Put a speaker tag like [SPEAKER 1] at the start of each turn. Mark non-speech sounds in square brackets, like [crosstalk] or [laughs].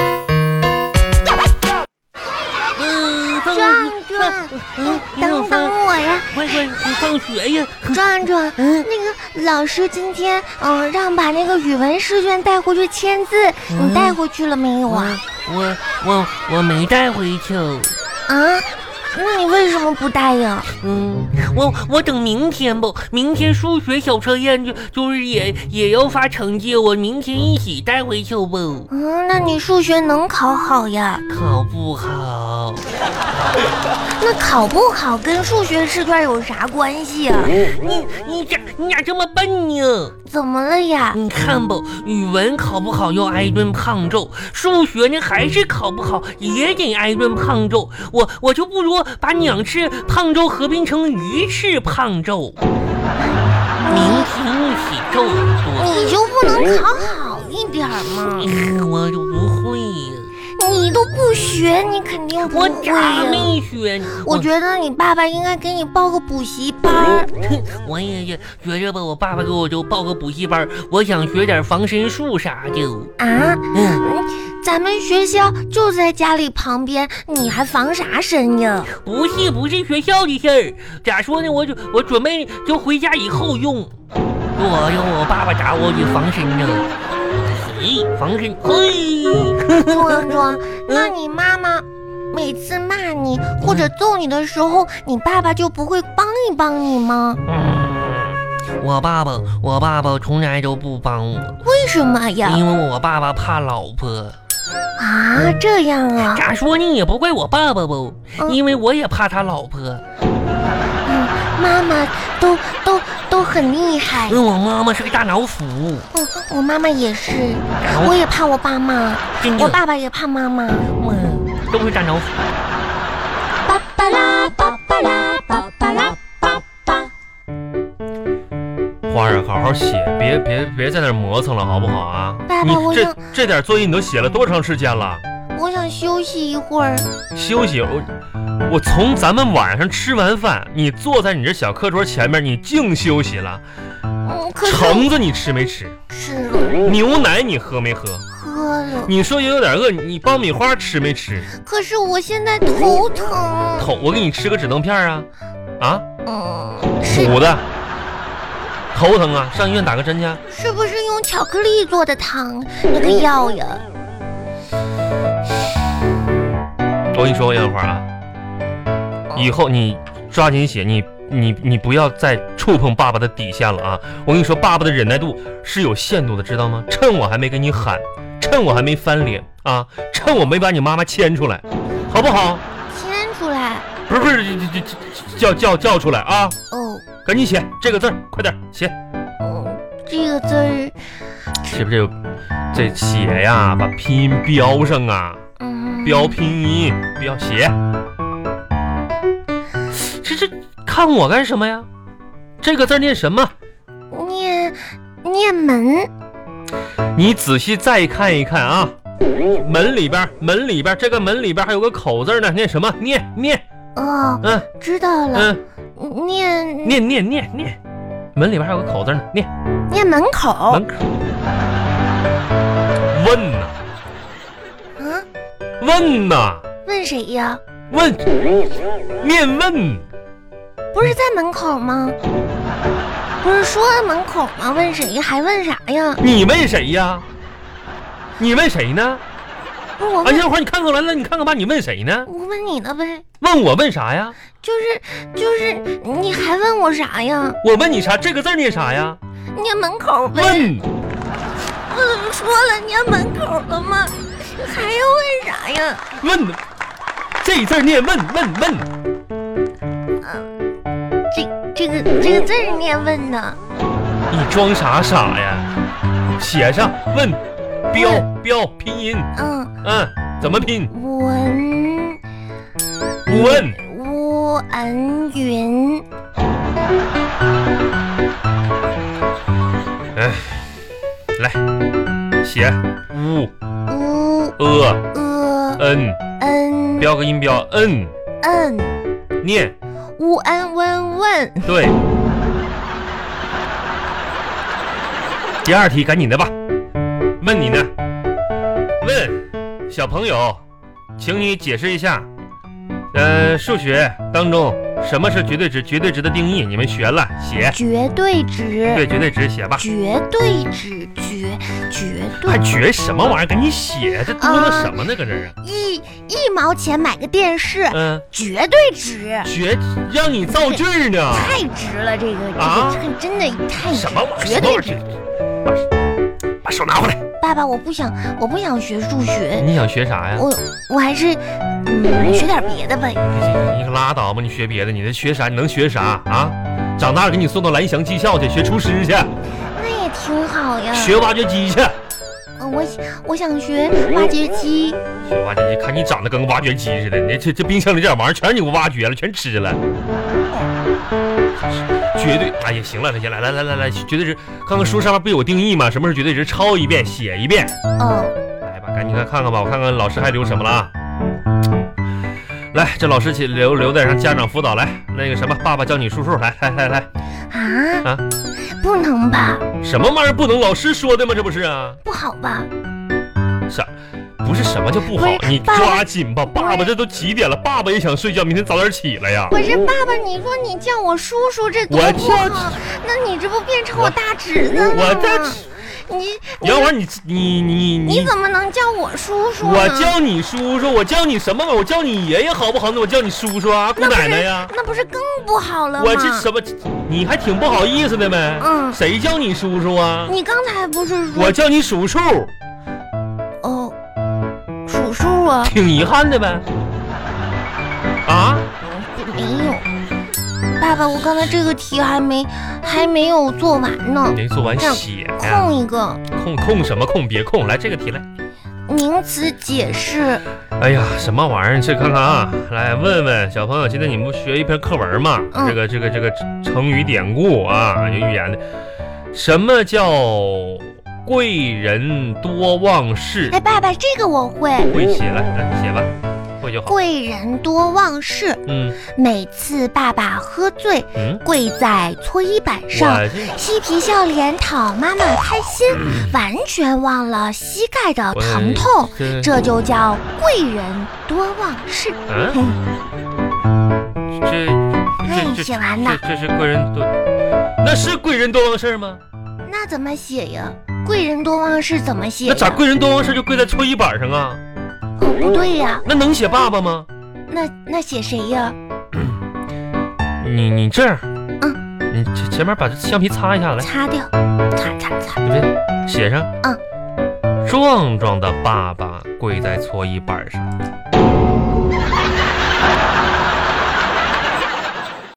[SPEAKER 1] 哎
[SPEAKER 2] 快快放学呀！
[SPEAKER 1] 壮壮，
[SPEAKER 2] 嗯
[SPEAKER 1] 那个老师今天嗯、让把那个语文试卷带回去签字，
[SPEAKER 2] 嗯
[SPEAKER 1] 你带回去了没有啊？
[SPEAKER 2] 我我我没带回去，
[SPEAKER 1] 啊，那你为什么不带呀？
[SPEAKER 2] 嗯，我我等明天吧，明天数学小测验就就是也也要发成绩，我明天一起带回去吧，
[SPEAKER 1] 嗯，那你数学能考好呀？
[SPEAKER 2] 考不好？
[SPEAKER 1] 那考不好跟数学试卷有啥关系啊？
[SPEAKER 2] 你你咋你咋这么笨呢？
[SPEAKER 1] 怎么了呀？
[SPEAKER 2] 你看吧，语文考不好要挨一顿胖揍，数学呢还是考不好也得挨一顿胖揍。我我就不如把两次胖揍合并成一次胖揍，明天一起揍我。
[SPEAKER 1] 你就不能考好一点儿吗？
[SPEAKER 2] 嗯我就不会呀、
[SPEAKER 1] 你都不学，你肯定不
[SPEAKER 2] 我
[SPEAKER 1] 会
[SPEAKER 2] 咋
[SPEAKER 1] 呀。
[SPEAKER 2] 没学呢？
[SPEAKER 1] 我觉得你爸爸应该给你报个补习班儿。
[SPEAKER 2] 我也是觉着吧，我爸爸给我就报个补习班儿，我想学点防身术啥的。
[SPEAKER 1] 啊，
[SPEAKER 2] 嗯。
[SPEAKER 1] 咱们学校就在家里旁边，你还防啥
[SPEAKER 2] [laughs]
[SPEAKER 1] 身呀？
[SPEAKER 2] 不是不是学校的事儿，咋说呢？我就我准备就回家以后用。我用我爸爸打我的防身呢，嘿，防身，嘿，
[SPEAKER 1] 壮壮，那你妈妈每次骂你或者揍你的时候，你爸爸就不会帮一帮你吗？
[SPEAKER 2] 嗯我爸爸，我爸爸从来都不帮我，
[SPEAKER 1] 为什么呀？
[SPEAKER 2] 因为我爸爸怕老婆。
[SPEAKER 1] 啊，这样啊，
[SPEAKER 2] 咋说呢？也不怪我爸爸不，
[SPEAKER 1] 嗯
[SPEAKER 2] 因为我也怕他老婆。
[SPEAKER 1] 嗯，妈妈都都都很厉害。
[SPEAKER 2] 因为我妈妈是个大老虎，
[SPEAKER 1] 嗯，我妈妈也是，
[SPEAKER 2] 然后
[SPEAKER 1] 我也怕我爸妈，
[SPEAKER 2] 嗯真的
[SPEAKER 1] 我，爸爸也怕妈妈。
[SPEAKER 2] 嗯都是大老虎。
[SPEAKER 1] 巴巴拉巴巴拉巴巴拉巴巴。
[SPEAKER 3] 花儿，好好写，别别别在那儿磨蹭了，好不好啊？
[SPEAKER 1] 爸爸
[SPEAKER 3] 你
[SPEAKER 1] 我
[SPEAKER 3] 这
[SPEAKER 1] 想
[SPEAKER 3] 这点作业你都写了多长时间了？
[SPEAKER 1] 我想休息一会儿。
[SPEAKER 3] 休息，我我从咱们晚上吃完饭，你坐在你这小课桌前面，你净休息了。
[SPEAKER 1] 嗯，可是
[SPEAKER 3] 橙子你吃没吃？
[SPEAKER 1] 吃了
[SPEAKER 3] 牛奶你喝没喝？
[SPEAKER 1] 喝了，
[SPEAKER 3] 你说也有点饿，你爆米花吃没吃？
[SPEAKER 1] 可是我现在头疼。
[SPEAKER 3] 头，我给你吃个止疼片啊，啊，
[SPEAKER 1] 嗯，是
[SPEAKER 3] 补的。头疼啊，上医院打个针去。
[SPEAKER 1] 是不是用巧克力做的糖那
[SPEAKER 3] 嗯
[SPEAKER 1] 个药呀？
[SPEAKER 3] 我跟你说，杨花啊，以后你抓紧写，你你你不要再触碰爸爸的底线了啊！我跟你说，爸爸的忍耐度是有限度的，知道吗？趁我还没跟你喊，趁我还没翻脸啊，趁我没把你妈妈牵出来，好不好？
[SPEAKER 1] 牵出来
[SPEAKER 3] 不是不是，这这这这叫叫叫出来啊！
[SPEAKER 1] 哦，
[SPEAKER 3] 赶紧写这个字儿，快点儿写！
[SPEAKER 1] 嗯，这个字儿，
[SPEAKER 3] 是不是有这写呀？把拼音标上啊！
[SPEAKER 1] 嗯，
[SPEAKER 3] 标拼音，标写。这这看我干什么呀？这个字念什么？
[SPEAKER 1] 念念门，
[SPEAKER 3] 你仔细再看一看啊！门里边，门里边，这个门里边还有个口字呢，念什么？念念，
[SPEAKER 1] 哦，
[SPEAKER 3] 嗯
[SPEAKER 1] 知道了，
[SPEAKER 3] 嗯，
[SPEAKER 1] 念
[SPEAKER 3] 念念念念，门里边还有个口字呢，念
[SPEAKER 1] 念门口，
[SPEAKER 3] 门口。问呐，
[SPEAKER 1] 嗯，
[SPEAKER 3] 问呐，
[SPEAKER 1] 问谁呀？
[SPEAKER 3] 问，念问，
[SPEAKER 1] 不是在门口吗？不是说了门口吗？问谁呀？还问啥呀？
[SPEAKER 3] 你问谁呀？你问谁呢？
[SPEAKER 1] 不是我
[SPEAKER 3] 哎，
[SPEAKER 1] 问，
[SPEAKER 3] 小花，你看看来了，你看看吧，你问谁呢？
[SPEAKER 1] 我问你呢呗。
[SPEAKER 3] 问我问啥呀？
[SPEAKER 1] 就是就是，你还问我啥呀？
[SPEAKER 3] 我问你啥？这个字儿念啥呀？
[SPEAKER 1] 念门口呗。
[SPEAKER 3] 问，
[SPEAKER 1] 我说了念门口了吗？还要问啥呀？
[SPEAKER 3] 问，这字儿念问问问，
[SPEAKER 1] 这这个这个字儿念问呢？
[SPEAKER 3] 你装啥傻呀？写上问，标标拼音，
[SPEAKER 1] 嗯，
[SPEAKER 3] 嗯，怎么拼？
[SPEAKER 1] 文
[SPEAKER 3] 问，
[SPEAKER 1] 文云
[SPEAKER 3] 哎，来写乌
[SPEAKER 1] 乌
[SPEAKER 3] 呃
[SPEAKER 1] 呃
[SPEAKER 3] 嗯，
[SPEAKER 1] 恩
[SPEAKER 3] 标个音标嗯，
[SPEAKER 1] 嗯
[SPEAKER 3] 念
[SPEAKER 1] 乌安温问。
[SPEAKER 3] 对。第二题，赶紧的吧。问你呢？问小朋友，请你解释一下，呃，数学当中什么是绝对值？绝对值的定义你们学了，写。
[SPEAKER 1] 绝对值，
[SPEAKER 3] 对，绝对值写吧。
[SPEAKER 1] 绝对值，绝绝
[SPEAKER 3] 还
[SPEAKER 1] 对。
[SPEAKER 3] 绝什么玩意儿？赶紧写，这嘟囔什么呢？搁这儿啊？
[SPEAKER 1] 一一毛钱买个电视，
[SPEAKER 3] 嗯，
[SPEAKER 1] 绝对值，
[SPEAKER 3] 绝让你造句儿呢？
[SPEAKER 1] 太值了！这个这
[SPEAKER 3] 啊
[SPEAKER 1] 个这个真的太值
[SPEAKER 3] 什么玩意
[SPEAKER 1] 绝对
[SPEAKER 3] 儿？什么玩意
[SPEAKER 1] 值。
[SPEAKER 3] 儿？把把手拿回来。
[SPEAKER 1] 爸爸，我不想，我不想学数学，
[SPEAKER 3] 你想学啥呀？
[SPEAKER 1] 我我还是嗯学点别的吧。
[SPEAKER 3] 你可拉倒吧！你学别的，你这学啥？你能学啥啊？长大了给你送到蓝翔技校去学厨师去，
[SPEAKER 1] 那也挺好呀。
[SPEAKER 3] 学挖掘机去，
[SPEAKER 1] 嗯，我想我想学挖掘机。
[SPEAKER 3] 学挖掘机。看你长得跟个挖掘机似的，你这这冰箱里这点玩意儿全你给我挖掘了，全吃了。绝对，哎呀，行了，行了，来来来来，绝对值。看看书上面不有定义吗？什么是绝对值？抄一遍，写一遍。
[SPEAKER 1] 嗯，
[SPEAKER 3] 来吧，赶紧来看看吧，我看看老师还留什么了啊？来，这老师请留留点让家长辅导来，那个什么，爸爸叫你叔叔来，来来来，
[SPEAKER 1] 啊
[SPEAKER 3] 啊
[SPEAKER 1] 不能吧？
[SPEAKER 3] 什么玩意儿不能？老师说的吗？这不是啊？
[SPEAKER 1] 不好吧？
[SPEAKER 3] 啥？不是什么叫不好
[SPEAKER 1] 不？是
[SPEAKER 3] 你
[SPEAKER 1] 爸爸
[SPEAKER 3] 抓紧吧，爸爸这都几点了？爸爸也想睡觉，明天早点起来呀。
[SPEAKER 1] 可是爸爸，你说你叫我叔叔，这多
[SPEAKER 3] 嗯我
[SPEAKER 1] 不好。啊那你这不变成我大侄子了吗？
[SPEAKER 3] 我这，
[SPEAKER 1] 你
[SPEAKER 3] 杨文，你你你
[SPEAKER 1] 你怎么能叫我叔叔呢？
[SPEAKER 3] 我叫你叔叔，我叫你什么玩意儿？我叫你爷爷好不好？那我叫你叔叔啊，姑
[SPEAKER 1] 那不
[SPEAKER 3] 奶
[SPEAKER 1] 是
[SPEAKER 3] 奶呀。
[SPEAKER 1] 那不是更不好了吗？
[SPEAKER 3] 我这什么？你还挺不好意思的呗。
[SPEAKER 1] 嗯
[SPEAKER 3] 谁叫你叔叔啊？
[SPEAKER 1] 你刚才不是说
[SPEAKER 3] 我叫你叔叔，
[SPEAKER 1] 哦，叔叔啊？
[SPEAKER 3] 挺遗憾的呗。啊，
[SPEAKER 1] 没有，爸爸，我刚才这个题还没还没有做完呢，
[SPEAKER 3] 没做完
[SPEAKER 1] 这样
[SPEAKER 3] 写呀，
[SPEAKER 1] 空一个
[SPEAKER 3] 空空什么空？别空，来这个题来。
[SPEAKER 1] 名词解释。
[SPEAKER 3] 哎呀，什么玩意儿？这看看啊，来问问小朋友，今天你们不学一篇课文吗？
[SPEAKER 1] 嗯
[SPEAKER 3] 这个这个这个成语典故啊，有寓言的。什么叫贵人多忘事
[SPEAKER 1] 哎，？爸爸，这个我会。
[SPEAKER 3] 会写来来写吧，会就好。
[SPEAKER 1] 贵人多忘事，
[SPEAKER 3] 嗯
[SPEAKER 1] 每次爸爸喝醉，
[SPEAKER 3] 嗯，
[SPEAKER 1] 跪在搓衣板上，
[SPEAKER 3] 我这
[SPEAKER 1] 嬉皮笑脸讨妈妈开心，完全忘了膝盖的
[SPEAKER 3] 嗯我
[SPEAKER 1] 疼痛，
[SPEAKER 3] 这
[SPEAKER 1] 这就叫贵人多忘事。
[SPEAKER 3] 嗯这
[SPEAKER 1] 嗯哎
[SPEAKER 3] 这这
[SPEAKER 1] 写完了
[SPEAKER 3] 这这是贵人多，那是贵人多忘事儿吗？
[SPEAKER 1] 那怎么写呀？贵人多忘事怎么写
[SPEAKER 3] 那
[SPEAKER 1] 呀？
[SPEAKER 3] 咋贵人多忘事就跪在搓衣板上啊？
[SPEAKER 1] 哦，不对呀，
[SPEAKER 3] 那能写爸爸吗？
[SPEAKER 1] 那那写谁呀？
[SPEAKER 3] 你你这样，你前前面把这橡皮擦一下来，
[SPEAKER 1] 擦掉，擦擦擦。
[SPEAKER 3] 你别写上。
[SPEAKER 1] 嗯
[SPEAKER 3] 壮壮的爸爸跪在搓衣板上，